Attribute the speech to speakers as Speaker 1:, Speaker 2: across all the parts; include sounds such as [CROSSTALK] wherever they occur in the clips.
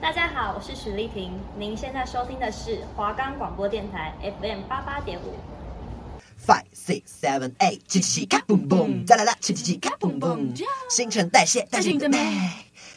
Speaker 1: 大家好，我是许丽婷，您现在收听的是华冈广播电台 FM 八八点五。
Speaker 2: Five, six, seven, eight，七七七，咔嘣
Speaker 3: 嗯
Speaker 2: 嘣，哒啦啦，七七七，咔嘣嘣，新陈代谢，代谢你的美。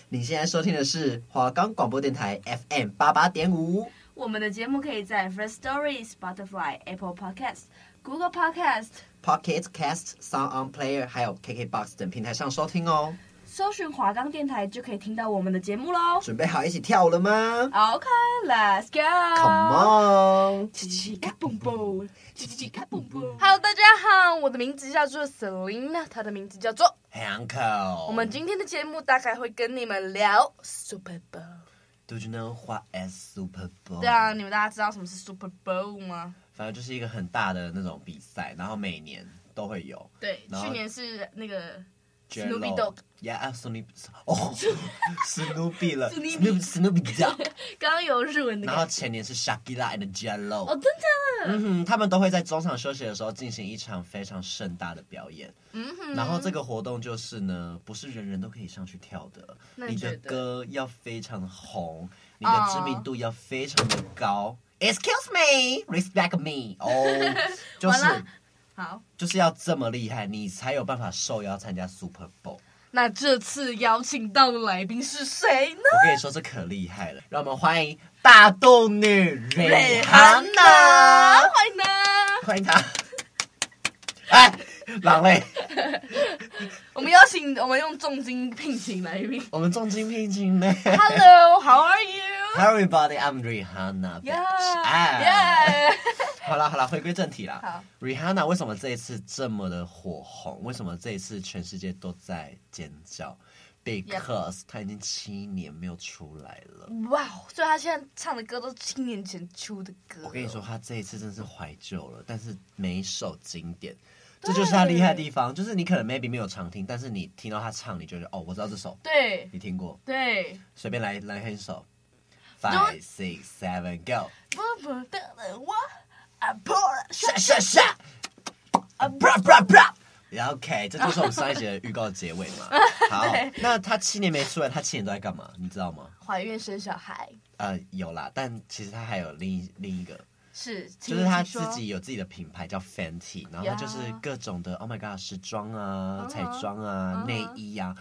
Speaker 2: 你现在收听的是华冈广播电台 FM 八八点五。
Speaker 3: 我们的节目可以在 First Story、Spotify、Apple Podcast、Google Podcast
Speaker 2: Pocket Cast、Sound On Player，还有 KKBox 等平台上收听哦。
Speaker 3: 搜寻华冈电台，就可以听到我们的节目喽。
Speaker 2: 准备好一起跳舞了吗
Speaker 3: OK，Let's、go。
Speaker 2: ？Come on！
Speaker 3: 叽叽嘎嘣嘣，叽叽叽嘎嘣嘣。Hello，大家好，我的名字叫做 Selina，她的名字叫做。
Speaker 2: 嘿，Uncle，
Speaker 3: 我们今天的节目大概会跟你们聊 Super Bowl。
Speaker 2: Do you know what is Super Bowl？
Speaker 3: 对啊，你们大家知道什么是 Super Bowl 吗？
Speaker 2: 反正就是一个很大的那种比赛，然后每年都会有。
Speaker 3: 对，
Speaker 2: 然后
Speaker 3: 去年是那个
Speaker 2: J-Lo
Speaker 3: Snoopy Dogg
Speaker 2: Yeah, Snoopy. [LAUGHS]
Speaker 3: [LAUGHS]
Speaker 2: 哦，Snoopy 了
Speaker 3: Snoopy
Speaker 2: ，Snoopy
Speaker 3: [LAUGHS]
Speaker 2: Snoopy Dog。
Speaker 3: 刚刚有日文的
Speaker 2: 然后
Speaker 3: 感觉。
Speaker 2: 前年是 Shakira and Jello。
Speaker 3: 哦，真的。
Speaker 2: 嗯哼，他们都会在中场休息的时候进行一场非常盛大的表演。
Speaker 3: 嗯哼。
Speaker 2: 然后这个活动就是呢，不是人人都可以上去跳的，
Speaker 3: 那
Speaker 2: 你
Speaker 3: 你觉
Speaker 2: 的
Speaker 3: 得
Speaker 2: 歌要非常红，你的知名度要非常的
Speaker 3: 哦
Speaker 2: 高。Excuse me, respect me。哦，
Speaker 3: [LAUGHS]
Speaker 2: 就
Speaker 3: 完
Speaker 2: 是
Speaker 3: 了好。
Speaker 2: 就是要这么厉害，你才有办法受邀参加 Super Bowl。
Speaker 3: 那这次邀请到的来宾是谁呢？
Speaker 2: 我跟你说，这可厉害了，让我们欢迎大肚女蕾哈娜
Speaker 3: 娜，，欢迎呢。
Speaker 2: 欢迎她。哎，狼嘞，
Speaker 3: 我们邀请，我们用重金聘请来宾。
Speaker 2: 我们重金聘请呢。
Speaker 3: Hello，how are you？
Speaker 2: Everybody, I'm Rihanna. bitch. 哎，
Speaker 3: Yeah，yeah。
Speaker 2: 好啦好啦，回归正题啦
Speaker 3: 好。
Speaker 2: Rihanna 为什么这一次这么的火红？为什么这一次全世界都在尖叫？Because 她已经七年没有出来了。
Speaker 3: 哇哦，所以他现在唱的歌都是七年前出的歌。
Speaker 2: 我跟你说，，他这一次真是怀旧了，但是每一首经典，这就是他厉害的地方。就是你可能 maybe 没有常听，但是你听到他唱，你就觉得哦，我知道这首，
Speaker 3: 对
Speaker 2: 你听过。
Speaker 3: 对，
Speaker 2: 随便来来哼一首，Five Six Seven Go，
Speaker 3: 不不的我啊破了
Speaker 2: 杀杀杀，啊 bra bra bra。OK，这就是我们上一集的预告结尾嘛。好，那他七年没出来，他七年都在干嘛？你知道吗？
Speaker 3: 怀孕生小孩
Speaker 2: 呃，有啦，但其实他还有另一另一个，
Speaker 3: 是，
Speaker 2: 就
Speaker 3: 请
Speaker 2: 是他
Speaker 3: 请
Speaker 2: 自
Speaker 3: 说
Speaker 2: 己有自己的品牌叫 Fenty，然后他
Speaker 3: 呀
Speaker 2: 就是各种的 Oh my God 时装啊、
Speaker 3: 嗯哼
Speaker 2: 彩妆啊、
Speaker 3: 嗯哼
Speaker 2: 内衣啊，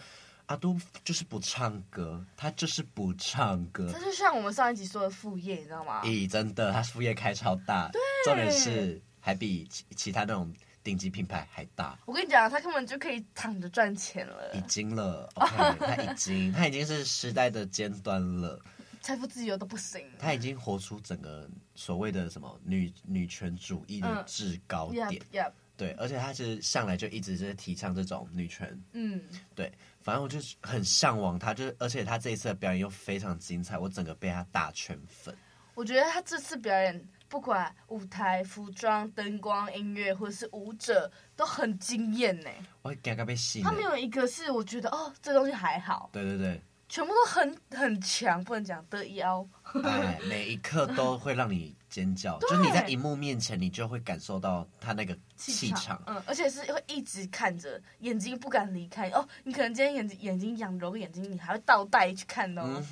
Speaker 2: 阿都就是不唱歌，他就是不唱歌
Speaker 3: 这。就像我们上一集说的副业，你知道吗？
Speaker 2: 咦，真的，他副业开超大，重点是还比其其他那种顶级品牌还大，
Speaker 3: 我跟你讲，他根本就可以躺着赚钱了
Speaker 2: 已，经
Speaker 3: [LAUGHS]
Speaker 2: 了。OK，他已经，他已经是时代的尖端了，
Speaker 3: 财富自由都不行。
Speaker 2: 他已经活出整个所谓的什么女女权主义的
Speaker 3: 嗯
Speaker 2: 制高
Speaker 3: Yep
Speaker 2: 点。
Speaker 3: yep，
Speaker 2: 对，而且他其实向来就一直是提倡这种女权，
Speaker 3: 嗯，
Speaker 2: 对，反正我就是很向往他，就是而且他这一次的表演又非常精彩，我整个被他大圈粉。
Speaker 3: 我觉得他这次表演，不管舞台、服装、灯光、音乐，或者是舞者，都很惊艳呢。
Speaker 2: 我会尴尬被吸引
Speaker 3: 他。没有一个是我觉得哦，这东西还好，
Speaker 2: 对对对，
Speaker 3: 全部都很很强，不能讲得一凹。
Speaker 2: 哎，每一刻都会让你尖叫，就是你在荧幕面前，你就会感受到他那个气场。
Speaker 3: 嗯，而且是会一直看着，眼睛不敢离开。哦，你可能今天眼睛眼睛痒，揉个眼睛，你还会倒带去看哦。
Speaker 2: 嗯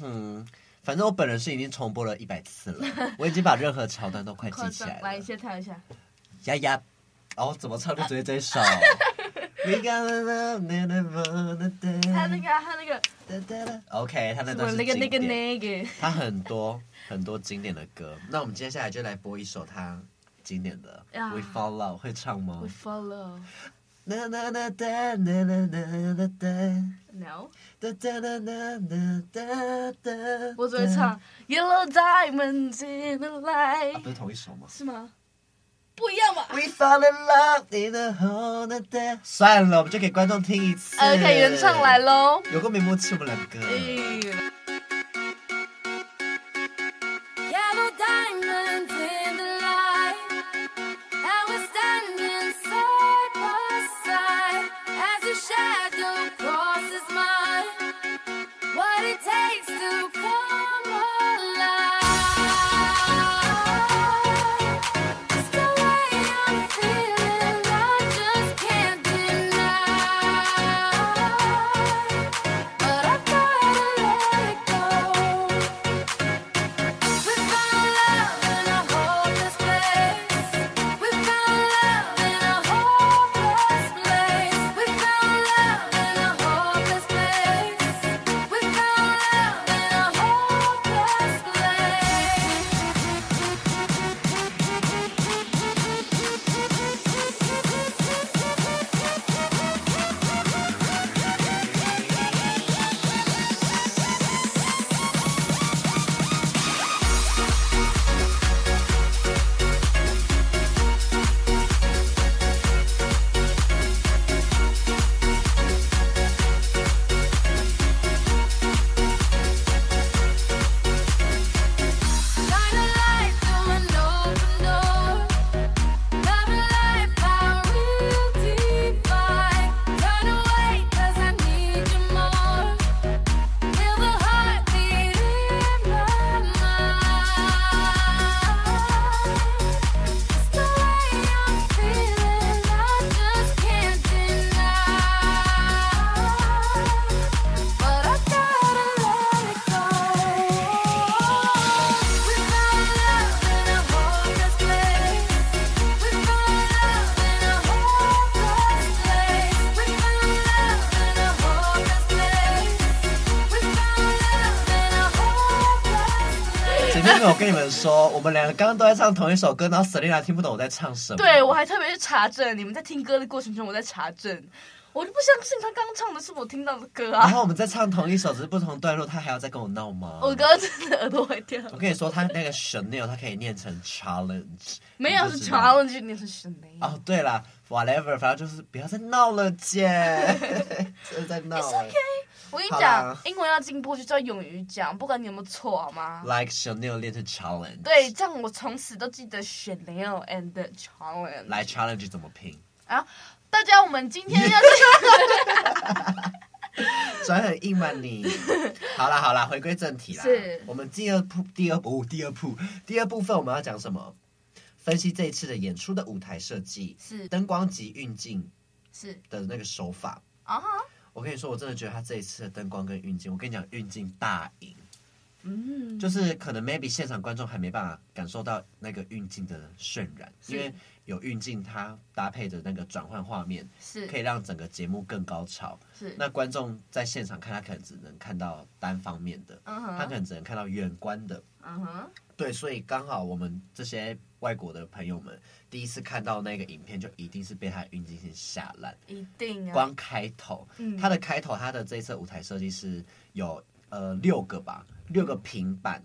Speaker 2: 哼，反正我本人是已经重播了一百次了，我已经把任何桥段都快
Speaker 3: 夸
Speaker 2: 记起
Speaker 3: 张，
Speaker 2: 来
Speaker 3: 来，
Speaker 2: 了
Speaker 3: 你。先跳一下。
Speaker 2: 呀呀，哦，怎么唱就直接这一
Speaker 3: [LAUGHS]
Speaker 2: 首。We got love, never gonna die
Speaker 3: 他那个啊，他那个，
Speaker 2: 哒哒哒 OK，他那
Speaker 3: 什
Speaker 2: 段
Speaker 3: 么
Speaker 2: 是
Speaker 3: 那个那
Speaker 2: 经
Speaker 3: 个
Speaker 2: 典
Speaker 3: 那个，
Speaker 2: 他很多很多经典的歌。那我们接下来就来播一首他经典的《
Speaker 3: 呀
Speaker 2: We Fall Out》，会唱吗
Speaker 3: 啊 We？follow
Speaker 2: 哒哒哒哒哒哒哒哒
Speaker 3: no，
Speaker 2: 哒哒哒哒哒哒。
Speaker 3: 我只会
Speaker 2: 嗯
Speaker 3: 唱 Yellow Diamonds in the
Speaker 2: 啊，不
Speaker 3: Light，
Speaker 2: 是同一首吗
Speaker 3: 是吗？不一样吧
Speaker 2: ？We fall in love in the whole of the day。算了，我们就给观众听一次。
Speaker 3: ？OK，原呃唱来。哎喽。
Speaker 2: 有个没默契，我们两个。
Speaker 4: Yellow diamonds in the light, and we're standing side by side as your shadow crosses mine. What it takes to come alive. It's the way I'm feeling, I just can't deny. But I gotta let
Speaker 2: 姐妹们，我跟你们说，我们两个刚刚都在唱同一首歌，然后 Selina 听不懂我在唱什么。
Speaker 3: 对，我还特别去查证，你们在听歌的过程中，我在查证，我就不相信他刚刚唱的是我听到的
Speaker 2: [LAUGHS]
Speaker 3: 歌
Speaker 2: 然
Speaker 3: 啊！
Speaker 2: 后我们在唱同一首，只是不同段落，他还要再跟我闹吗？
Speaker 3: 我刚刚真的耳朵坏掉，
Speaker 2: 我跟你说，他那个 Chanel 他可以念成 challenge，
Speaker 3: 没有
Speaker 2: 你就是知道
Speaker 3: challenge，你是什么呀
Speaker 2: 哦，对啦 whatever，反正就是不要再闹了，
Speaker 3: [LAUGHS]
Speaker 2: 姐，真的在闹了。
Speaker 3: 我跟你
Speaker 2: 好
Speaker 3: 讲
Speaker 2: 啦，
Speaker 3: 英文要进步就是要勇于讲，不管你有没有错，好吗？
Speaker 2: Like Chanel 念成 challenge，
Speaker 3: 对，，这样我从此都记得 Chanel and the challenge。
Speaker 2: 来 challenge 怎么拼？
Speaker 3: 啊，大家，我们今天
Speaker 2: [LAUGHS]
Speaker 3: 要去，
Speaker 2: 转很硬吗
Speaker 3: [LAUGHS]
Speaker 2: 你？好啦好啦，回归正题啦。
Speaker 3: 是
Speaker 2: 我们第二部第二部、第二部第二部分我们要讲什么？分析这一次的演出的舞台设计、
Speaker 3: 是
Speaker 2: 灯光及运镜
Speaker 3: 是
Speaker 2: 的那个手法。
Speaker 3: 啊哈，
Speaker 2: 我跟你说，我真的觉得他这一次的灯光跟运镜，我跟你讲，运镜大赢。
Speaker 3: 嗯，
Speaker 2: 就是可能 maybe 现场观众还没办法感受到那个运镜的渲染，
Speaker 3: 是
Speaker 2: 因为有运镜它搭配的那个转换画面，
Speaker 3: 是
Speaker 2: 可以让整个节目更高潮。
Speaker 3: 是，
Speaker 2: 那观众在现场看，他可能只能看到单方面的，
Speaker 3: 嗯
Speaker 2: 他可
Speaker 3: 哼，
Speaker 2: 能只能看到远观的。
Speaker 3: 嗯哼，
Speaker 2: 对，所以刚好我们这些外国的朋友们第一次看到那个影片，就一定是被他的运镜先吓烂。
Speaker 3: 一定啊，
Speaker 2: 光开头，
Speaker 3: 嗯
Speaker 2: 它的开头，它的这一次舞台设计是有呃六个吧，六个平板，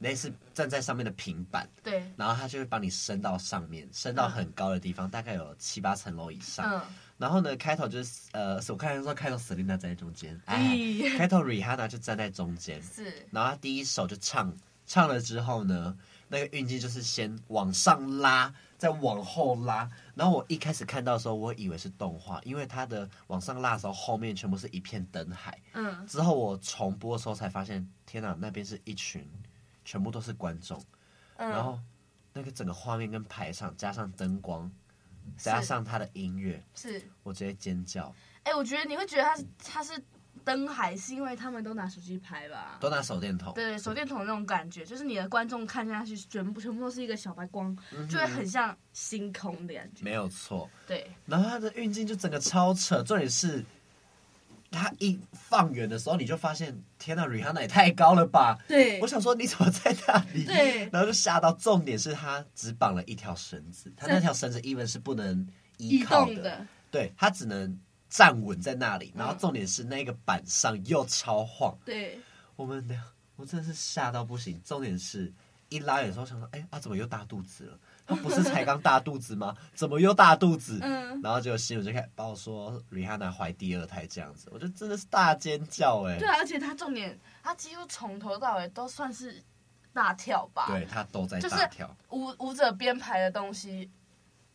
Speaker 2: 类似站在上面的平板，
Speaker 3: 对，
Speaker 2: 然后它就会帮你升到上面，升到很高的地方，大概有七八层楼以上。
Speaker 3: 嗯，
Speaker 2: 然后呢，开头就是呃，我看说开头 Selina 站在中间，哎，
Speaker 3: 咦
Speaker 2: 开头 Rihanna 就站在中间，
Speaker 3: 是
Speaker 2: 然后他第一首就唱，唱了之后呢，那个运镜就是先往上拉，再往后拉。然后我一开始看到的时候，我以为是动画，因为它的往上拉的时候，后面全部是一片灯海。
Speaker 3: 嗯，
Speaker 2: 之后我重播的时候才发现，天哪，那边是一群，全部都是观众。
Speaker 3: 嗯，
Speaker 2: 然后那个整个画面跟排场，加上灯光，加
Speaker 3: 是
Speaker 2: 上它的音乐，
Speaker 3: 是，
Speaker 2: 我直接尖叫，
Speaker 3: 哎，我觉得你会觉得他是他是灯海，是因为他们都拿手机拍吧？
Speaker 2: 都拿手电筒。
Speaker 3: 对，手电筒那种感觉，就是你的观众看下去，全部全部都是一个小白光，
Speaker 2: 嗯
Speaker 3: 就会很像星空的感觉。
Speaker 2: 没有错。
Speaker 3: 对，
Speaker 2: 然后他的运镜就整个超扯，重点是他一放远的时候，你就发现，天呐，Rihanna 也太高了吧！
Speaker 3: 对
Speaker 2: 我想说你怎么在那里？
Speaker 3: 对
Speaker 2: 然后就吓到。重点是他只绑了一条绳子，他那条绳子 even 是不能依
Speaker 3: 移
Speaker 2: 靠
Speaker 3: 动的，
Speaker 2: 对他只能站稳在那里。然后
Speaker 3: 嗯
Speaker 2: 重点是那个板上又超晃，
Speaker 3: 对，
Speaker 2: 我们的我真的是吓到不行。重点是一拉远的时候想说，哎，他、怎么又大肚子了？他不是才刚大肚子吗？怎么又大肚子？
Speaker 3: 嗯，
Speaker 2: 然后结果新闻就开始报说瑞哈娜怀第二胎这样子，我就真的是大尖叫哎、
Speaker 3: 对啊，而且他重点，他几乎从头到尾都算是大跳吧，
Speaker 2: 对，他都在
Speaker 3: 啊就是
Speaker 2: 大跳，
Speaker 3: 舞舞者编排的东西，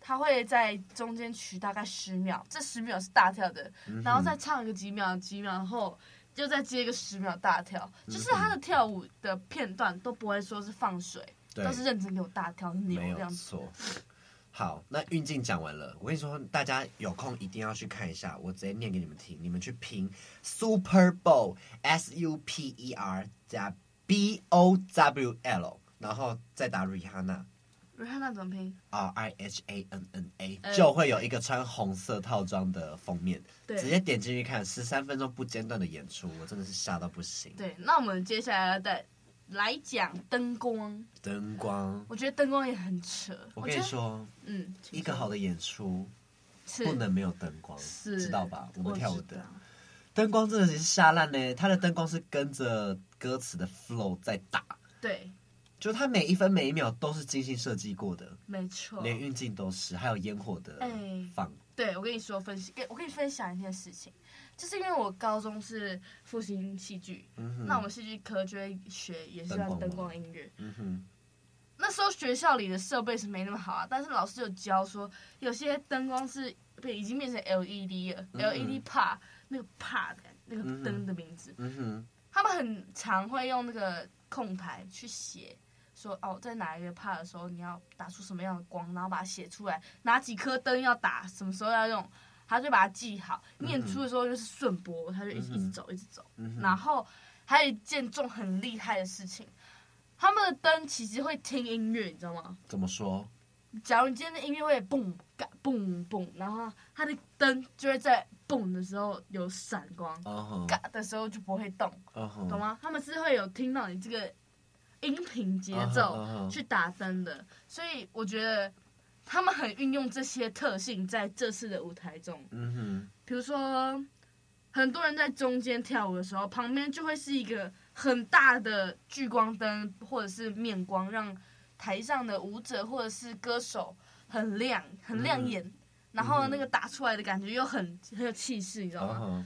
Speaker 3: 他会在中间取大概十秒，这十秒是大跳的，
Speaker 2: 嗯
Speaker 3: 然后再唱一个几秒几秒后。又再接一个十秒大跳，
Speaker 2: 嗯
Speaker 3: 就是他的跳舞的片段都不会说是放水，
Speaker 2: 对
Speaker 3: 都，是认真给我大跳扭
Speaker 2: 没
Speaker 3: 这
Speaker 2: 有
Speaker 3: 样子。
Speaker 2: 错。好，那运镜讲完了，我跟你说，大家有空一定要去看一下，我直接念给你们听，你们去拼 Super Bowl S U P E R 加 B O W L，然后再打瑞哈娜
Speaker 3: Rihanna 怎么拼？
Speaker 2: R I H A N N A，
Speaker 3: 嗯
Speaker 2: 就会有一个穿红色套装的封面，
Speaker 3: 对
Speaker 2: 直接点进去看，十三分钟不间断的演出，我真的是吓到不行。
Speaker 3: 对，那我们接下来要再来讲灯光，
Speaker 2: 灯光，
Speaker 3: 我觉得灯光也很扯。
Speaker 2: 我
Speaker 3: 觉
Speaker 2: 跟
Speaker 3: 得
Speaker 2: 你，说，
Speaker 3: 嗯，
Speaker 2: 一个好的演出
Speaker 3: 是
Speaker 2: 不能没有灯光，
Speaker 3: 是
Speaker 2: 知道吧？我们跳舞
Speaker 3: 知
Speaker 2: 的
Speaker 3: 道
Speaker 2: 灯光真的是吓烂呢，它的灯光是跟着歌词的 flow 在打，
Speaker 3: 对，
Speaker 2: 就它每一分每一秒都是精心设计过的，
Speaker 3: 没错。
Speaker 2: 连运镜都是，还有烟火的
Speaker 3: 哎
Speaker 2: 放，
Speaker 3: 对，我跟你说分析，跟我跟你分享一件事情，就是因为我高中是复兴戏剧，
Speaker 2: 嗯哼，
Speaker 3: 那我们戏剧科就会学也是
Speaker 2: 灯光
Speaker 3: 要
Speaker 2: 吗
Speaker 3: 灯光音乐。
Speaker 2: 嗯哼，
Speaker 3: 那时候学校里的设备是没那么好啊，但是老师有教说，有些灯光是被已经变成 LED 了、
Speaker 2: 嗯
Speaker 3: l e d 帕那个帕的那个灯的名字，
Speaker 2: 嗯哼，
Speaker 3: 他们很常会用那个控台去写，说哦，在哪一个 part 的时候你要打出什么样的光，然后把它写出来，哪几颗灯要打，什么时候要用，他就把它记好。
Speaker 2: 哼
Speaker 3: 念出的时候就是顺播，他就一直
Speaker 2: 嗯哼
Speaker 3: 一直走，一直走。
Speaker 2: 嗯
Speaker 3: 然
Speaker 2: 哼，
Speaker 3: 后还有一件重很厉害的事情，他们的灯其实会听音乐，你知道吗？
Speaker 2: 怎么说？
Speaker 3: 假如你今天的音乐会嘣嘎嘣嘣，然后它的灯就会在嘣的时候有闪光，
Speaker 2: 嗯哼，
Speaker 3: 嘎的时候就不会动。
Speaker 2: 嗯哼，
Speaker 3: 懂吗？他们是会有听到你这个音频节
Speaker 2: 啊哈啊哈
Speaker 3: 奏去打灯的，所以我觉得他们很运用这些特性在这次的舞台中。
Speaker 2: 嗯
Speaker 3: 比如说，很多人在中间跳舞的时候，旁边就会是一个很大的聚光灯或者是面光，让台上的舞者或者是歌手很亮、很
Speaker 2: 嗯
Speaker 3: 亮眼。然后那个打出来的感觉又很很有气势，你知
Speaker 2: 哼，
Speaker 3: 道
Speaker 2: 啊
Speaker 3: 吗？
Speaker 2: 哈，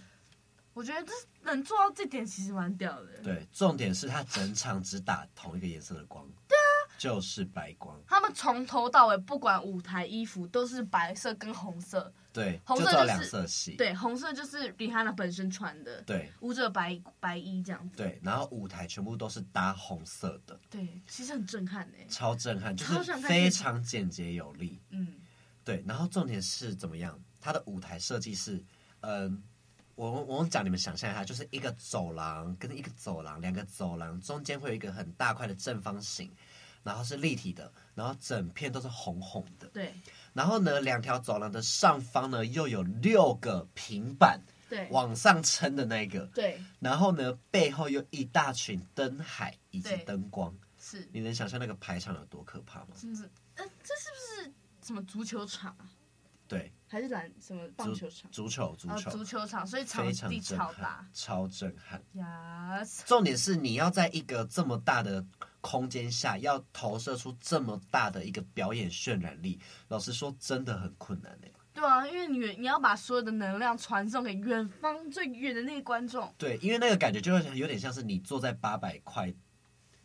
Speaker 3: 我觉得这能做到这点其实蛮屌的。
Speaker 2: 对，重点是它整场只打同一个颜色的光，对啊，就是白光，
Speaker 3: 他们从头到尾不管舞台衣服都是白色跟红色，
Speaker 2: 对，
Speaker 3: 红色
Speaker 2: 就照
Speaker 3: 就是
Speaker 2: 两色系，
Speaker 3: 对，红色就是李哈娜本身穿的，
Speaker 2: 对
Speaker 3: 舞者白白衣这样子，
Speaker 2: 对，然后舞台全部都是搭红色的，
Speaker 3: 对，其实很震撼哎、
Speaker 2: 超震撼，就
Speaker 3: 超
Speaker 2: 是
Speaker 3: 震撼
Speaker 2: 非常简洁有力。
Speaker 3: 嗯，
Speaker 2: 对，然后重点是怎么样？它的舞台设计是，嗯、我我我讲你们想象一下，就是一个走廊跟一个走廊，两个走廊中间会有一个很大块的正方形，然后是立体的，然后整片都是红红的，
Speaker 3: 对
Speaker 2: 然后呢，两条走廊的上方呢又有六个平板
Speaker 3: 对
Speaker 2: 往上撑的那一个，
Speaker 3: 对
Speaker 2: 然后呢背后又一大群灯海以及
Speaker 3: 对
Speaker 2: 灯光，
Speaker 3: 是，
Speaker 2: 你能想象那个排场有多可怕吗？
Speaker 3: 真是，呃，这是不是什么足球场啊
Speaker 2: 对，
Speaker 3: 还是篮什么棒球场？
Speaker 2: 足球足
Speaker 3: 啊，
Speaker 2: 球。
Speaker 3: 足球场，所以场
Speaker 2: 非常
Speaker 3: 地
Speaker 2: 震
Speaker 3: 超
Speaker 2: 撼
Speaker 3: 大，
Speaker 2: 超震撼。
Speaker 3: 呀，
Speaker 2: 重点是你要在一个这么大的空间下，要投射出这么大的一个表演渲染力，老实说真的很困难哎、
Speaker 3: 对啊，因为你你要把所有的能量传送给远方最远的那个观众，
Speaker 2: 对，因为那个感觉就会有点像是你坐在八百块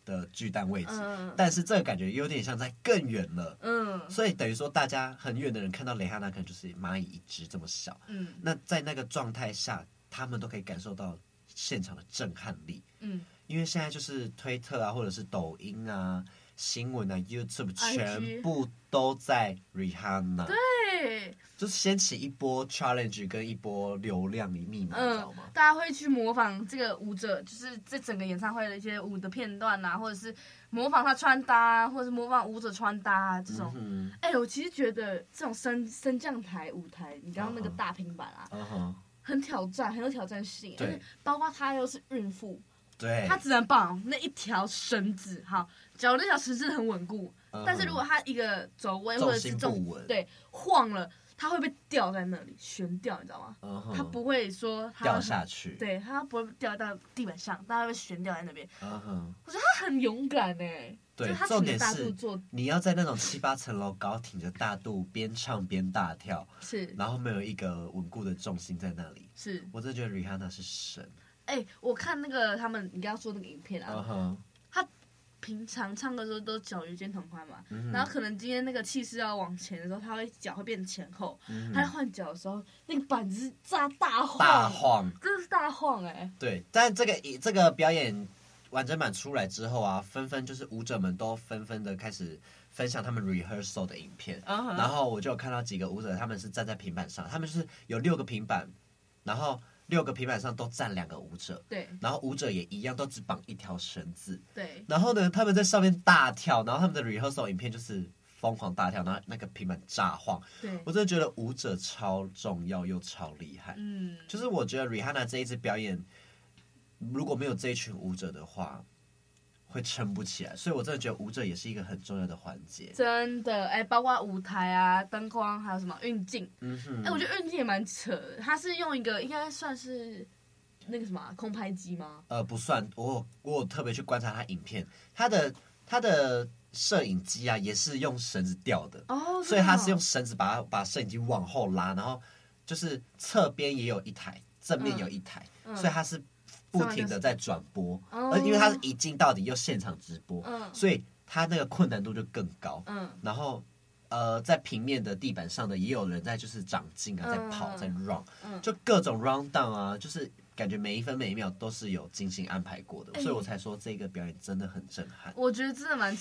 Speaker 2: 的巨蛋位置，
Speaker 3: 嗯
Speaker 2: 但是这个感觉有点像在更远了。
Speaker 3: 嗯
Speaker 2: 所以等于说，大家很远的人看到蕾哈娜，可能就是蚂蚁一只这么小。
Speaker 3: 嗯
Speaker 2: 那在那个状态下，他们都可以感受到现场的震撼力。
Speaker 3: 嗯，
Speaker 2: 因为现在就是推特啊，或者是抖音啊、新闻啊、YouTube，
Speaker 3: IG
Speaker 2: 全部都在 Rihanna，
Speaker 3: 对。
Speaker 2: 就是掀起一波 challenge 跟一波流量的密码，你知道
Speaker 3: 嗯
Speaker 2: 吗，？
Speaker 3: 大家会去模仿这个舞者，就是这整个演唱会的一些舞的片段啊，或者是模仿他穿搭啊，或者是模仿舞者穿搭啊这种。
Speaker 2: 嗯
Speaker 3: 哎、我其实觉得这种升升降台舞台，你刚刚那个
Speaker 2: 嗯嗯
Speaker 3: 大平板啊，
Speaker 2: 哼，嗯哼，
Speaker 3: 很挑战，很有挑战性。
Speaker 2: 对哎
Speaker 3: 而且包括她又是孕妇，
Speaker 2: 对
Speaker 3: 她，只能绑那一条绳子。好，假如那条绳子很稳固，
Speaker 2: 嗯
Speaker 3: 但是如果她一个走位或
Speaker 2: 重
Speaker 3: 者是
Speaker 2: 心
Speaker 3: 重
Speaker 2: 不稳，，
Speaker 3: 对晃了，她会被吊在那里悬吊，你知道吗？
Speaker 2: 嗯哼，
Speaker 3: 她不会说她
Speaker 2: 掉下去，，
Speaker 3: 对，他不会掉到地板上，但他会悬吊在那边。
Speaker 2: 嗯哼，
Speaker 3: 我觉得他很勇敢哎，
Speaker 2: 对
Speaker 3: 就是他
Speaker 2: 重
Speaker 3: 挺
Speaker 2: 点
Speaker 3: 着大
Speaker 2: 是
Speaker 3: 肚做
Speaker 2: 你要在那种七八层楼高，挺着大肚边唱边大跳，
Speaker 3: 是
Speaker 2: 然后没有一个稳固的重心在那里，
Speaker 3: 是。
Speaker 2: 我真的觉得 Rihanna 是神，
Speaker 3: 哎、我看那个他们你刚刚说那个影片啊，
Speaker 2: 嗯哼，
Speaker 3: 平常唱歌的时候都脚与肩同宽嘛，
Speaker 2: 嗯哼
Speaker 3: 然后可能今天那个气势要往前的时候，他会脚会变前后，
Speaker 2: 嗯
Speaker 3: 他在
Speaker 2: 哼
Speaker 3: 换脚的时候，那个板子是炸大晃，
Speaker 2: 大晃。
Speaker 3: 真的是大晃哎、
Speaker 2: 对，但这个这个表演完整版出来之后啊，纷纷就是舞者们都纷纷的开始分享他们 rehearsal 的影片
Speaker 3: 嗯哼
Speaker 2: 然后我就有看到几个舞者，他们是站在平板上，他们就是有六个平板，然后六个平板上都站两个舞者，
Speaker 3: 对
Speaker 2: 然后舞者也一样都只绑一条绳子，
Speaker 3: 对，
Speaker 2: 然后呢，他们在上面大跳，然后他们的 rehearsal 影片就是疯狂大跳，然后那个平板炸晃，
Speaker 3: 对，
Speaker 2: 我真的觉得舞者超重要又超厉害，
Speaker 3: 嗯，
Speaker 2: 就是我觉得 Rihanna 这一支表演，如果没有这一群舞者的话，会撑不起来。所以我真的觉得舞者也是一个很重要的环节。
Speaker 3: 真的哎、包括舞台啊、灯光，还有什么运镜，
Speaker 2: 嗯
Speaker 3: 哎、我
Speaker 2: 哼，
Speaker 3: 觉得运镜也蛮扯的，他是用一个应该算是那个什么啊空拍机吗？
Speaker 2: 呃，不算，我有我有特别去观察他影片，他的他的摄影机啊也是用绳子吊的，
Speaker 3: 哦，
Speaker 2: 所以他是用
Speaker 3: 真的
Speaker 2: 绳子把它把摄影机往后拉，然后就是侧边也有一台，正面有一台，
Speaker 3: 嗯
Speaker 2: 所以他是不停的在转播，
Speaker 3: 嗯
Speaker 2: 呃而因为他是一镜到底又现场直播，
Speaker 3: 嗯
Speaker 2: 所以他那个困难度就更高。
Speaker 3: 哦，嗯，
Speaker 2: 然后呃，在平面的地板上的也有人在就是长进啊，在
Speaker 3: 嗯
Speaker 2: 跑，
Speaker 3: 嗯
Speaker 2: 在 run，、
Speaker 3: 嗯
Speaker 2: 就各种 round down 啊，就是感觉每一分每一秒都是有精心安排过的，
Speaker 3: 哎
Speaker 2: 所以我才说这个表演真的很震撼。
Speaker 3: 我觉得真的蛮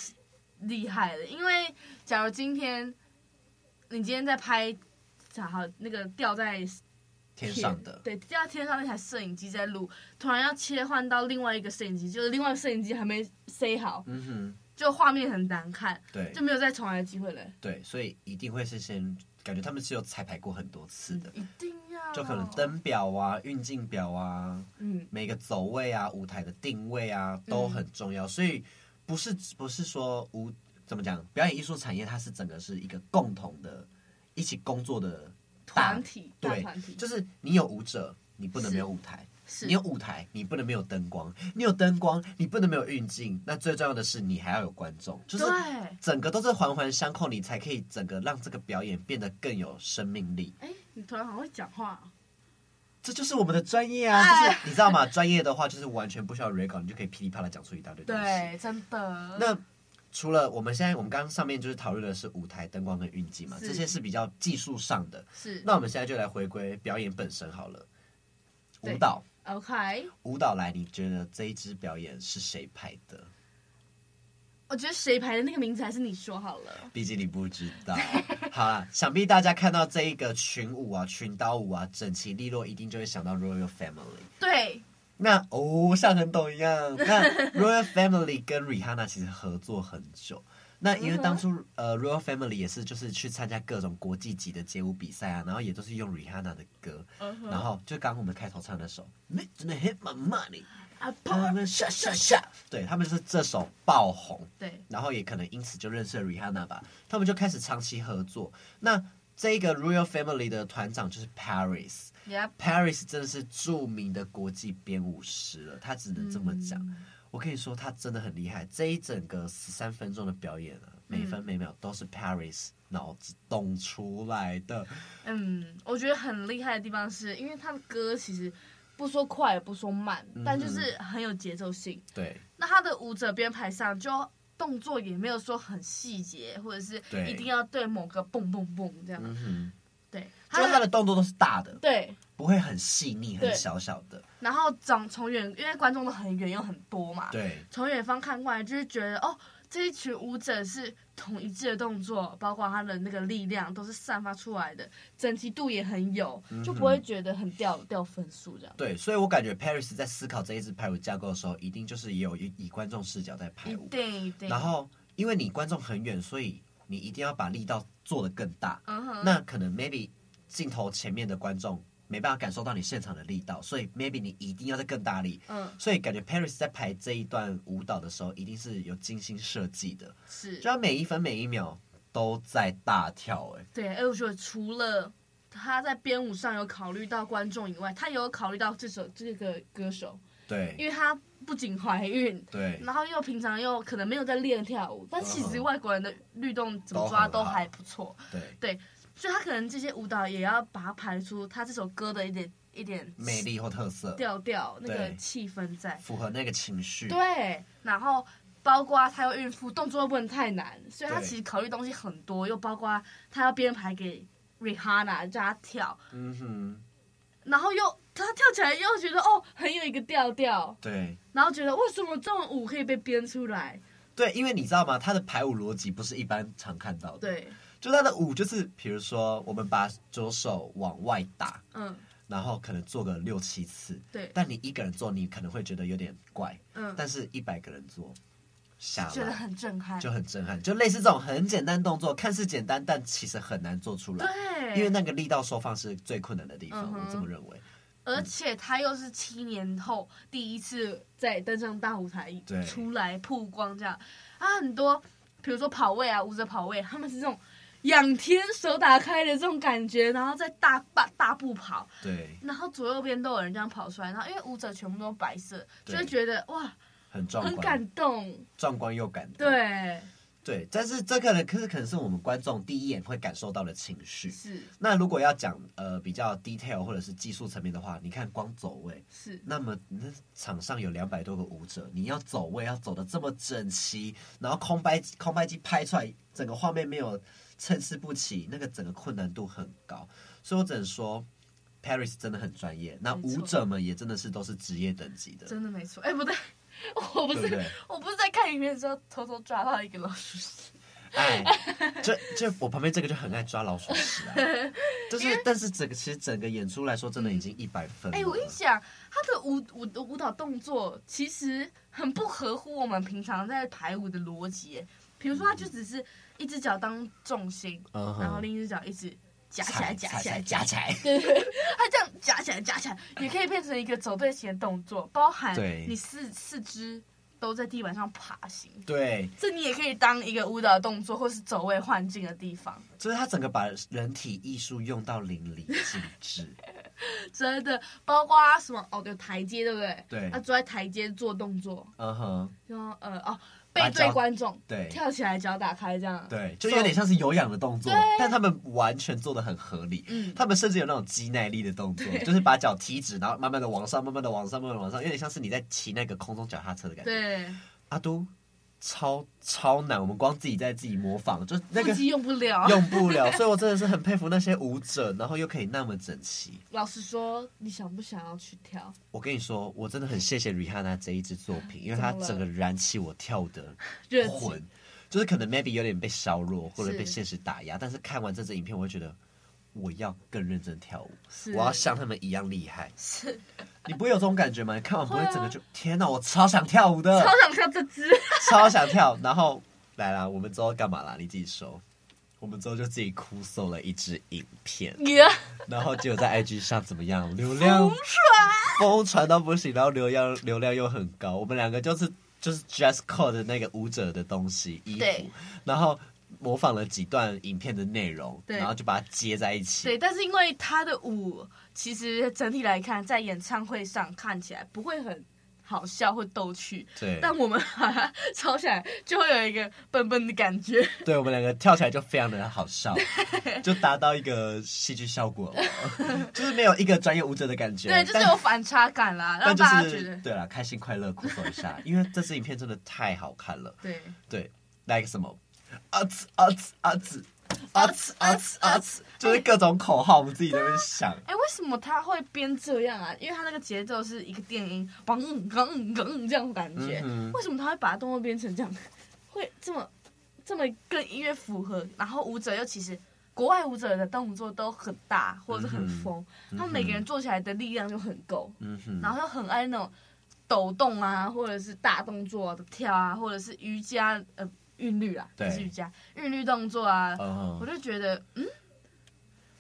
Speaker 3: 厉害的，因为假如今天你今天在拍，然后那个吊在
Speaker 2: 天上的，
Speaker 3: 对，吊在天上那台摄影机在录，突然要切换到另外一个摄影机，就是另外一个摄影机还没塞好，
Speaker 2: 嗯哼，
Speaker 3: 就画面很难看，
Speaker 2: 对
Speaker 3: 就没有再重来的机会了。
Speaker 2: 对，所以一定会是先感觉他们是有彩排过很多次的，
Speaker 3: 一定要，
Speaker 2: 就可能，灯表啊、运镜表啊、
Speaker 3: 嗯，
Speaker 2: 每个走位啊、舞台的定位啊都很重要，所以不是不是说无怎么讲，表演艺术产业它是整个是一个共同的，一起工作的大
Speaker 3: 团体大
Speaker 2: 对
Speaker 3: 团体，
Speaker 2: 就是你有舞者，你不能没有舞台。
Speaker 3: 是
Speaker 2: 你有舞台，你不能没有灯光；你有灯光，你不能没有运镜。那最重要的是，你还要有观众，就是
Speaker 3: 对
Speaker 2: 整个都是环环相扣，你才可以整个让这个表演变得更有生命力。
Speaker 3: 哎，你突然好会讲话哦，
Speaker 2: 这就是我们的专业啊，就是你知道吗？专业的话就是完全不需要 re 稿，你就可以噼里啪啦讲出一大堆东西。
Speaker 3: 对，真的。
Speaker 2: 那除了我们现在，我们刚刚上面就是讨论的是舞台灯光跟运镜嘛，
Speaker 3: 是
Speaker 2: 这些是比较技术上的。
Speaker 3: 是
Speaker 2: 那我们现在就来回归表演本身好了。
Speaker 3: 对
Speaker 2: 舞蹈，
Speaker 3: OK，
Speaker 2: 舞蹈来，你觉得这一支表演是谁拍的？
Speaker 3: 我觉得谁排的那个名字还是你说好了。
Speaker 2: 毕竟你不知道。 [LAUGHS] 好啦，想必大家看到这一个群舞啊、群刀舞啊，整齐利落，一定就会想到 Royal Family。
Speaker 3: 对，
Speaker 2: 那哦，像很懂一样。那 Royal Family 跟 Rihanna 其实合作很久。那因为当初、呃 Royal Family 也是就是去参加各种国际级的街舞比赛啊，然后也都是用 Rihanna 的歌，
Speaker 3: 嗯
Speaker 2: 然后就刚刚我们开头唱那首 Make the Hit My Money，
Speaker 3: 啊
Speaker 2: 他
Speaker 3: 砰
Speaker 2: 们下下下，对他们就是这首爆红，
Speaker 3: 对，
Speaker 2: 然后也可能因此就认识了 Rihanna 吧，他们就开始长期合作。那这个 Royal Family 的团长就是 Paris，
Speaker 3: 也
Speaker 2: Paris 真的是著名的国际编舞师了，他只能这么讲。我跟你说，他真的很厉害。这一整个十三分钟的表演啊，每分每秒都是 Paris 脑子动出来的。
Speaker 3: 嗯，我觉得很厉害的地方是因为他的歌其实不说快也不说慢，
Speaker 2: 嗯
Speaker 3: 但就是很有节奏性。
Speaker 2: 对
Speaker 3: 那他的舞者编排上就动作也没有说很细节，或者是
Speaker 2: 对
Speaker 3: 一定要对某个蹦蹦蹦这样。
Speaker 2: 嗯
Speaker 3: 对，
Speaker 2: 哼，就是他的动作都是大的，
Speaker 3: 对，
Speaker 2: 不会很细腻、
Speaker 3: 对
Speaker 2: 很小小的。
Speaker 3: 然后长从远，因为观众都很远又很多嘛，
Speaker 2: 对，
Speaker 3: 从远方看过来就是觉得哦，这一群舞者是同一致的动作，包括他的那个力量都是散发出来的，整齐度也很有，
Speaker 2: 嗯
Speaker 3: 就不会觉得很掉掉分数这样。
Speaker 2: 对，所以我感觉 Paris 在思考这一支排舞架构的时候，一定就是也有以以观众视角在
Speaker 3: 一
Speaker 2: 排舞。
Speaker 3: 定一定。
Speaker 2: 然后，因为你观众很远，所以你一定要把力道做得更大。
Speaker 3: 嗯哼，
Speaker 2: 那可能 maybe 镜头前面的观众没办法感受到你现场的力道，所以 maybe 你一定要再更大力。
Speaker 3: 嗯
Speaker 2: 所以感觉 Paris 在排这一段舞蹈的时候，一定是有精心设计的，
Speaker 3: 是
Speaker 2: 就，他每一分每一秒都在大跳、欸，
Speaker 3: 对，哎，我觉得除了。他在编舞上有考虑到观众以外，他也有考虑到这首这个歌手，因
Speaker 2: 对
Speaker 3: 为他不仅怀孕，
Speaker 2: 对，
Speaker 3: 然后又平常又可能没有在练跳舞，但其实
Speaker 2: 嗯
Speaker 3: 外国人的律动怎么抓
Speaker 2: 都
Speaker 3: 都
Speaker 2: 很好
Speaker 3: 还不错，
Speaker 2: 对，
Speaker 3: 所以他可能这些舞蹈也要把它排出他这首歌的一点一点
Speaker 2: 魅力或特色，
Speaker 3: 调调那个
Speaker 2: 对
Speaker 3: 气氛在。
Speaker 2: 符合那个情绪，
Speaker 3: 对，然后包括他又孕妇，动作又不能太难，所以他
Speaker 2: 对
Speaker 3: 其实考虑东西很多，又包括他要编排给 Rihanna 叫他跳，
Speaker 2: 嗯哼，
Speaker 3: 然后又他跳起来又觉得哦很有一个调调，
Speaker 2: 对。
Speaker 3: 然后觉得为什么这种舞可以被编出来？
Speaker 2: 对，因为你知道吗？他的排舞逻辑不是一般常看到的。，
Speaker 3: 对，
Speaker 2: 就他的舞就是，比如说我们把左手往外打，
Speaker 3: 嗯，
Speaker 2: 然后可能做个六七次，
Speaker 3: 对，
Speaker 2: 但你一个人做，你可能会觉得有点怪，
Speaker 3: 嗯，
Speaker 2: 但是一百个人做下
Speaker 3: 觉得
Speaker 2: 来
Speaker 3: 很震撼，
Speaker 2: 就很震撼，就类似这种很简单动作，看似简单，但其实很难做出来，
Speaker 3: 对，
Speaker 2: 因为那个力道收放是最困难的地方，
Speaker 3: 嗯哼
Speaker 2: 我这么认为。
Speaker 3: 而且他又是七年后第一次在登上大舞台
Speaker 2: 对
Speaker 3: 出来曝光，这样啊，很多比如说跑位啊，舞者跑位，他们是这种仰天手打开的这种感觉，然后再大大大步跑，
Speaker 2: 对，
Speaker 3: 然后左右边都有人这样跑出来，然后因为舞者全部都白色，
Speaker 2: 对
Speaker 3: 就会觉得哇，
Speaker 2: 很壮
Speaker 3: 很
Speaker 2: 观，
Speaker 3: 感动，
Speaker 2: 壮观又感动。
Speaker 3: 对，
Speaker 2: 对，但是这可能可是可能是我们观众第一眼会感受到的情绪。
Speaker 3: 是
Speaker 2: 那如果要讲呃比较 detail 或者是技术层面的话，你看光走位，
Speaker 3: 是，
Speaker 2: 那么那场上有两百多个舞者，你要走位要走的这么整齐，然后空白空白机拍出来，整个画面没有参差不齐，那个整个困难度很高，所以我只能说。Paris 真的很专业，那
Speaker 3: 没错
Speaker 2: 舞者们也真的是都是职业等级的，
Speaker 3: 真的没错，哎、不对。 [LAUGHS] 我不
Speaker 2: 对
Speaker 3: 是
Speaker 2: 不对？
Speaker 3: 我不是在看影片的时候偷偷抓到一个老鼠屎，
Speaker 2: 哎，这这我旁边这个就很爱抓老鼠屎啊，
Speaker 3: [LAUGHS]
Speaker 2: 就是但是整个其实整个演出来说，真的已经一百分了。
Speaker 3: 哎、我跟你讲，他的舞舞舞蹈动作其实很不合乎我们平常在排舞的逻辑。比如说，他就只是一只脚当重心，
Speaker 2: 嗯嗯哼
Speaker 3: 然后另一只脚一直夹起
Speaker 2: 踩
Speaker 3: 来、夹
Speaker 2: 踩
Speaker 3: 起
Speaker 2: 踩
Speaker 3: 来、
Speaker 2: 夹起来，
Speaker 3: [LAUGHS] 对对，对他这样夹起来、夹起来，也可以变成一个走对型的动作，包含
Speaker 2: 对
Speaker 3: 你四四肢。都在地板上爬行。
Speaker 2: 对，
Speaker 3: 这你也可以当一个舞蹈动作，或是走位换境的地方。
Speaker 2: 就是他整个把人体艺术用到淋漓尽致。
Speaker 3: 真的，包括他什么哦，有台阶，对不对？
Speaker 2: 对
Speaker 3: 他坐在台阶做动作，
Speaker 2: 嗯哼，
Speaker 3: 然后呃哦，
Speaker 2: 把
Speaker 3: 背
Speaker 2: 脚
Speaker 3: 对观众，
Speaker 2: 对
Speaker 3: 跳起来脚打开这样。
Speaker 2: 对，就有点像是有氧的动作，但他们完全做的很合理。
Speaker 3: 嗯
Speaker 2: 他们甚至有那种肌耐力的动作，就是把脚踢直，然后慢慢的往上，慢慢的往上，慢慢的往上，有点像是你在骑那个空中脚踏车的感觉。
Speaker 3: 对，
Speaker 2: 阿都超超难，我们光自己在自己模仿，就是那
Speaker 3: 腹
Speaker 2: 个
Speaker 3: 肌用不了。
Speaker 2: 用不了，所以我真的是很佩服那些舞者，然后又可以那么整齐。
Speaker 3: 老实说，你想不想要去跳？
Speaker 2: 我跟你说，我真的很谢谢 Rihanna 这一支作品，因为
Speaker 3: 怎么
Speaker 2: 她
Speaker 3: 了
Speaker 2: 整个燃起我跳舞的
Speaker 3: 热
Speaker 2: 魂
Speaker 3: 情，
Speaker 2: 就是可能 maybe 有点被削弱或者
Speaker 3: 是
Speaker 2: 被现实打压，但是看完这支影片，我会觉得我要更认真跳舞，
Speaker 3: 是
Speaker 2: 我要像他们一样厉害。是，你不会有这种感觉吗？你看完不
Speaker 3: 啊
Speaker 2: 会整个就、天哪，我超想跳舞的，
Speaker 3: 超想跳这
Speaker 2: [LAUGHS]
Speaker 3: 支。
Speaker 2: 超想跳。然后来啦，我们之后干嘛啦？你自己说。我们之后就自己哭搜了一支影片，
Speaker 3: 耶！
Speaker 2: 然后结果在 IG 上怎么样？流量疯传到不行，然后流量流量又很高。我们两个就是就是 dress code 的那个舞者的东西衣服
Speaker 3: 对，
Speaker 2: 然后模仿了几段影片的内容，
Speaker 3: 对
Speaker 2: 然后就把它接在一
Speaker 3: 对，
Speaker 2: 起。
Speaker 3: 但是因为他的舞，其实整体来看，在演唱会上看起来不会很好笑或逗趣，
Speaker 2: 对，
Speaker 3: 但我们 [LAUGHS] 把它抄起来，就会有一个笨笨的感觉。
Speaker 2: 对我们两个跳起来就非常的好
Speaker 3: [LAUGHS]
Speaker 2: 笑，就达到一个戏剧效果
Speaker 3: [LAUGHS]
Speaker 2: 了，就是没有一个专业舞者的感觉。
Speaker 3: 对，就是
Speaker 2: 但
Speaker 3: 有反差感啦，
Speaker 2: 但
Speaker 3: 让
Speaker 2: 就
Speaker 3: 大家觉
Speaker 2: 是
Speaker 3: 得
Speaker 2: 对啦，开心快乐，哭搜一下，因为这支影片真的太好看了。
Speaker 3: 对。
Speaker 2: 对，来个什么啊兹啊兹啊兹啊兹啊兹啊兹，就是各种口号，我们自己在那边想。
Speaker 3: 哎，为什么他会编这样啊？因为他那个节奏是一个电音，梆梆梆这样的感觉。
Speaker 2: 嗯哼
Speaker 3: 为什么他会把动作编成这样？ [LAUGHS] 会这么这么跟音乐符合？然后舞者又其实国外舞者的动作都很大或者是很疯，他们每个人做起来的力量就很够，
Speaker 2: 嗯哼，
Speaker 3: 然后又很爱那种抖动啊，或者是大动作的跳啊，或者是瑜伽呃韵律啊，
Speaker 2: 对
Speaker 3: 不是瑜伽韵律动作啊，
Speaker 2: 嗯
Speaker 3: 我
Speaker 2: 哼，
Speaker 3: 就觉得嗯。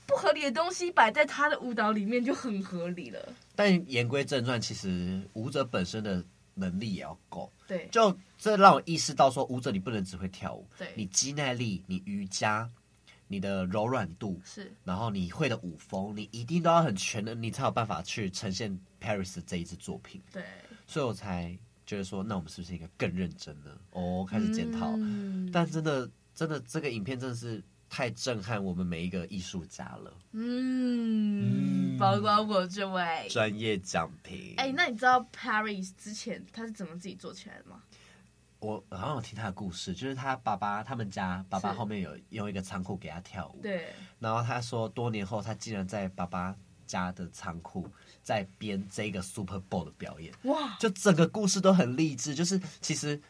Speaker 3: 不合理的东西摆在他的舞蹈里面就很合理了，
Speaker 2: 但言归正传，其实舞者本身的能力也要够。
Speaker 3: 对，
Speaker 2: 就这让我意识到说，舞者你不能只会跳舞，
Speaker 3: 对
Speaker 2: 你肌耐力、你瑜伽、你的柔软度，
Speaker 3: 是
Speaker 2: 然后你会的舞风，你一定都要很全能，你才有办法去呈现 Paris 的这一支作品。
Speaker 3: 对，
Speaker 2: 所以我才觉得说，那我们是不是应该更认真呢？哦，开始检讨。
Speaker 3: 嗯
Speaker 2: 但真的，真的，这个影片真的是太震撼我们每一个艺术家了。
Speaker 3: 嗯，包括我这位。
Speaker 2: 专业奖评，
Speaker 3: 哎、那你知道 Paris 之前他是怎么自己做起来的吗？
Speaker 2: 我好像有听他的故事，就是他爸爸他们家爸爸
Speaker 3: 是
Speaker 2: 后面有用一个仓库给他跳舞，
Speaker 3: 对，
Speaker 2: 然后他说多年后他竟然在爸爸家的仓库在编这个 Super Bowl 的表演，
Speaker 3: 哇，
Speaker 2: 就整个故事都很励志，就是其实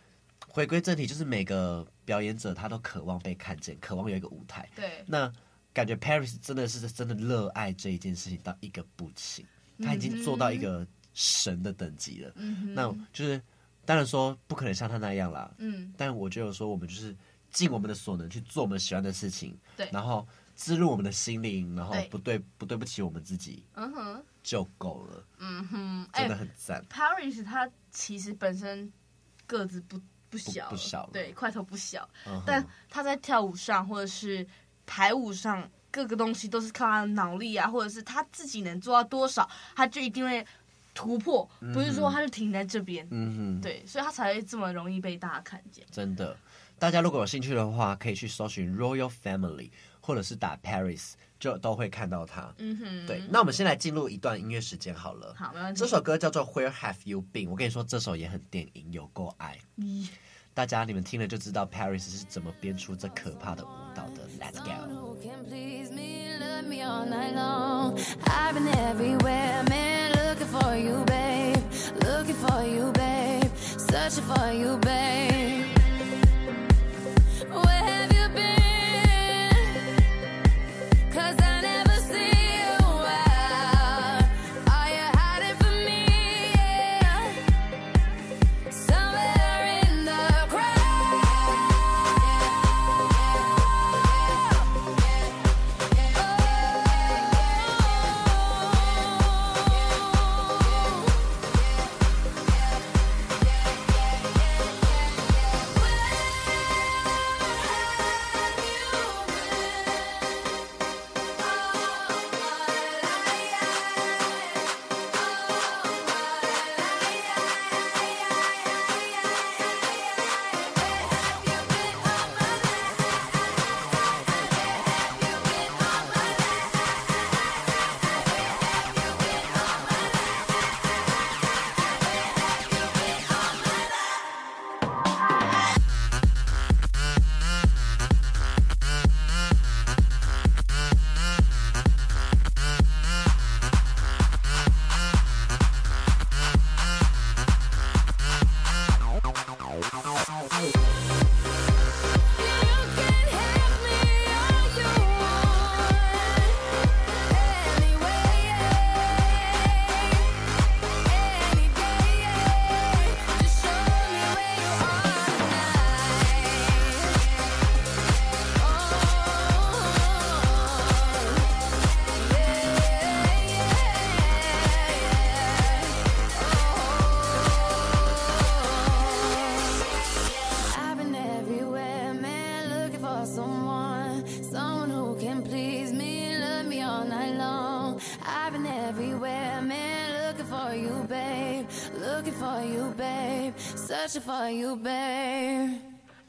Speaker 2: 回归正题，就是每个表演者他都渴望被看见，渴望有一个舞台。
Speaker 3: 对，
Speaker 2: 那感觉 Paris 真的是真的热爱这一件事情到一个不行，他已经做到一个神的等级了。
Speaker 3: 嗯
Speaker 2: 那就是当然说不可能像他那样啦，
Speaker 3: 嗯，
Speaker 2: 但我觉得说我们就是尽我们的所能去做我们喜欢的事情，
Speaker 3: 对
Speaker 2: 然后滋润我们的心灵，然后
Speaker 3: 对
Speaker 2: 不对不对不起我们自己
Speaker 3: 嗯哼，
Speaker 2: 就够了，
Speaker 3: 嗯哼，哎、
Speaker 2: 真的很赞。
Speaker 3: p a r i s 他其实本身个子不不小了
Speaker 2: 不小了
Speaker 3: 对，块头不小，
Speaker 2: 嗯哼
Speaker 3: 但他在跳舞上或者是排舞上各个东西都是靠他的脑力啊，或者是他自己能做到多少，他就一定会突破，不是说他就停在这边。
Speaker 2: 嗯哼，
Speaker 3: 对，所以他才会这么容易被大家看见。
Speaker 2: 真的，大家如果有兴趣的话，可以去搜寻 Royal Family，或者是打 Paris，就都会看到它。
Speaker 3: 嗯哼，
Speaker 2: 对，那我们先来进入一段音乐时间好了。
Speaker 3: 好，没问题。
Speaker 2: 这首歌叫做《Where Have You Been》，我跟你说，这首也很电影，有够爱。
Speaker 3: 咦
Speaker 2: 大家你们听了就知道 Paris 是怎么编出这可怕的舞蹈的。Let's
Speaker 4: Someone
Speaker 2: go。
Speaker 4: who can please me, love me all night long. I've been everywhere, man, looking for you, babe. Looking for you, babe. Searching for you, babe. Where have you been? Cause I never see you out. Are you hiding from me? Somewhere in the crowd. Oh. You can have me all you want, anyway, any day. Just show me where you are Oh, I've been everywhere, man, looking for someone, someone who can please me, love me all night long. I've been everywhere, man, looking for you, babe, looking for you, babe, searching for you, babe.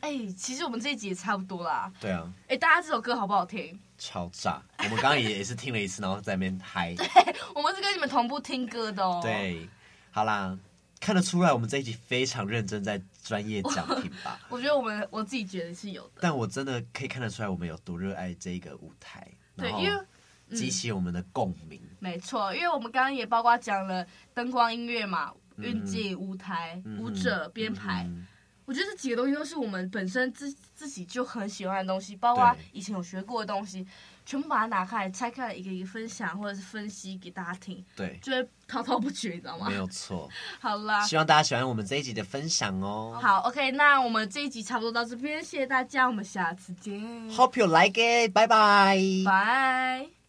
Speaker 3: 哎、其实我们这一集也差不多啦。
Speaker 2: 对啊，
Speaker 3: 哎、大家这首歌好不好听？
Speaker 2: 超炸！我们刚刚也也是听了一次，然后在那边嗨。
Speaker 3: 我们是跟你们同步听歌的哦。，
Speaker 2: [LAUGHS] 对，好啦，看得出来我们这一集非常认真在专业讲
Speaker 3: 哦。
Speaker 2: 评吧 [LAUGHS]
Speaker 3: 我觉得我们我自己觉得是有的。
Speaker 2: 但我真的可以看得出来，我们有多热爱这个舞台，
Speaker 3: 对
Speaker 2: 然，后
Speaker 3: 因为
Speaker 2: 激起我们的共鸣。
Speaker 3: 没错，因为我们刚刚也包括讲了灯光音乐嘛。
Speaker 2: 嗯
Speaker 3: 运镜、舞台、
Speaker 2: 嗯
Speaker 3: 舞者、编排，
Speaker 2: 嗯
Speaker 3: 我觉得这几个东西都是我们本身自自己就很喜欢的东西，包括
Speaker 2: 对
Speaker 3: 以前有学过的东西，全部把它拿开来拆开来一个一个分享或者是分析给大家听，
Speaker 2: 对，
Speaker 3: 就会滔滔不绝，你知道吗
Speaker 2: 没？有错。
Speaker 3: 好啦，
Speaker 2: 希望大家喜欢我们这一集的分享哦。
Speaker 3: 好，OK，那我们这一集差不多到这边，谢谢大家，我们下次见，
Speaker 2: ，Hope you like it，拜拜。
Speaker 3: 拜。